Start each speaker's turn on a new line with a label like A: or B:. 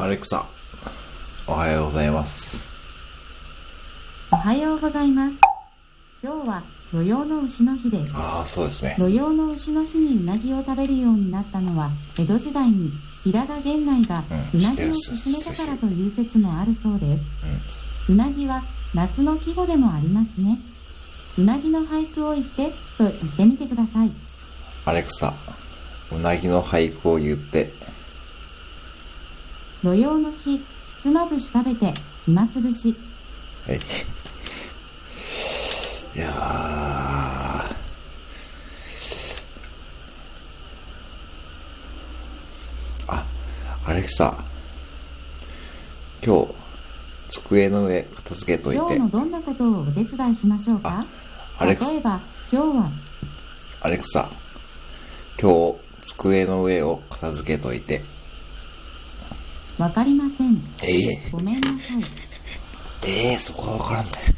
A: アレクサ、おはようございます。
B: おはようございます。今日は土用の丑の日です。
A: ああ、そうですね。
B: 土用の丑の日にうなぎを食べるようになったのは、江戸時代に平賀源内が
A: う
B: うんなぎを勧めたからという説もあるそうです。うなぎは夏の季語でもありますね。うなぎの俳句を言ってと言ってみてください。
A: アレクサ、うなぎの俳句を言って、
B: 土用の日、ひつまぶし食べて暇つぶし。
A: はい。いやー。あ、アレクサ、今日、机の上片付けとい
B: 今日
A: て
B: の、どんなことをお手伝いしましょうか
A: あア
B: 例
A: レ
B: え
A: クサ
B: ば、今日は
A: アレクサ、今日、机の上を片付けといて、
B: わかりません。
A: ええ
B: ごめんなさい。
A: ええそこはわからんね。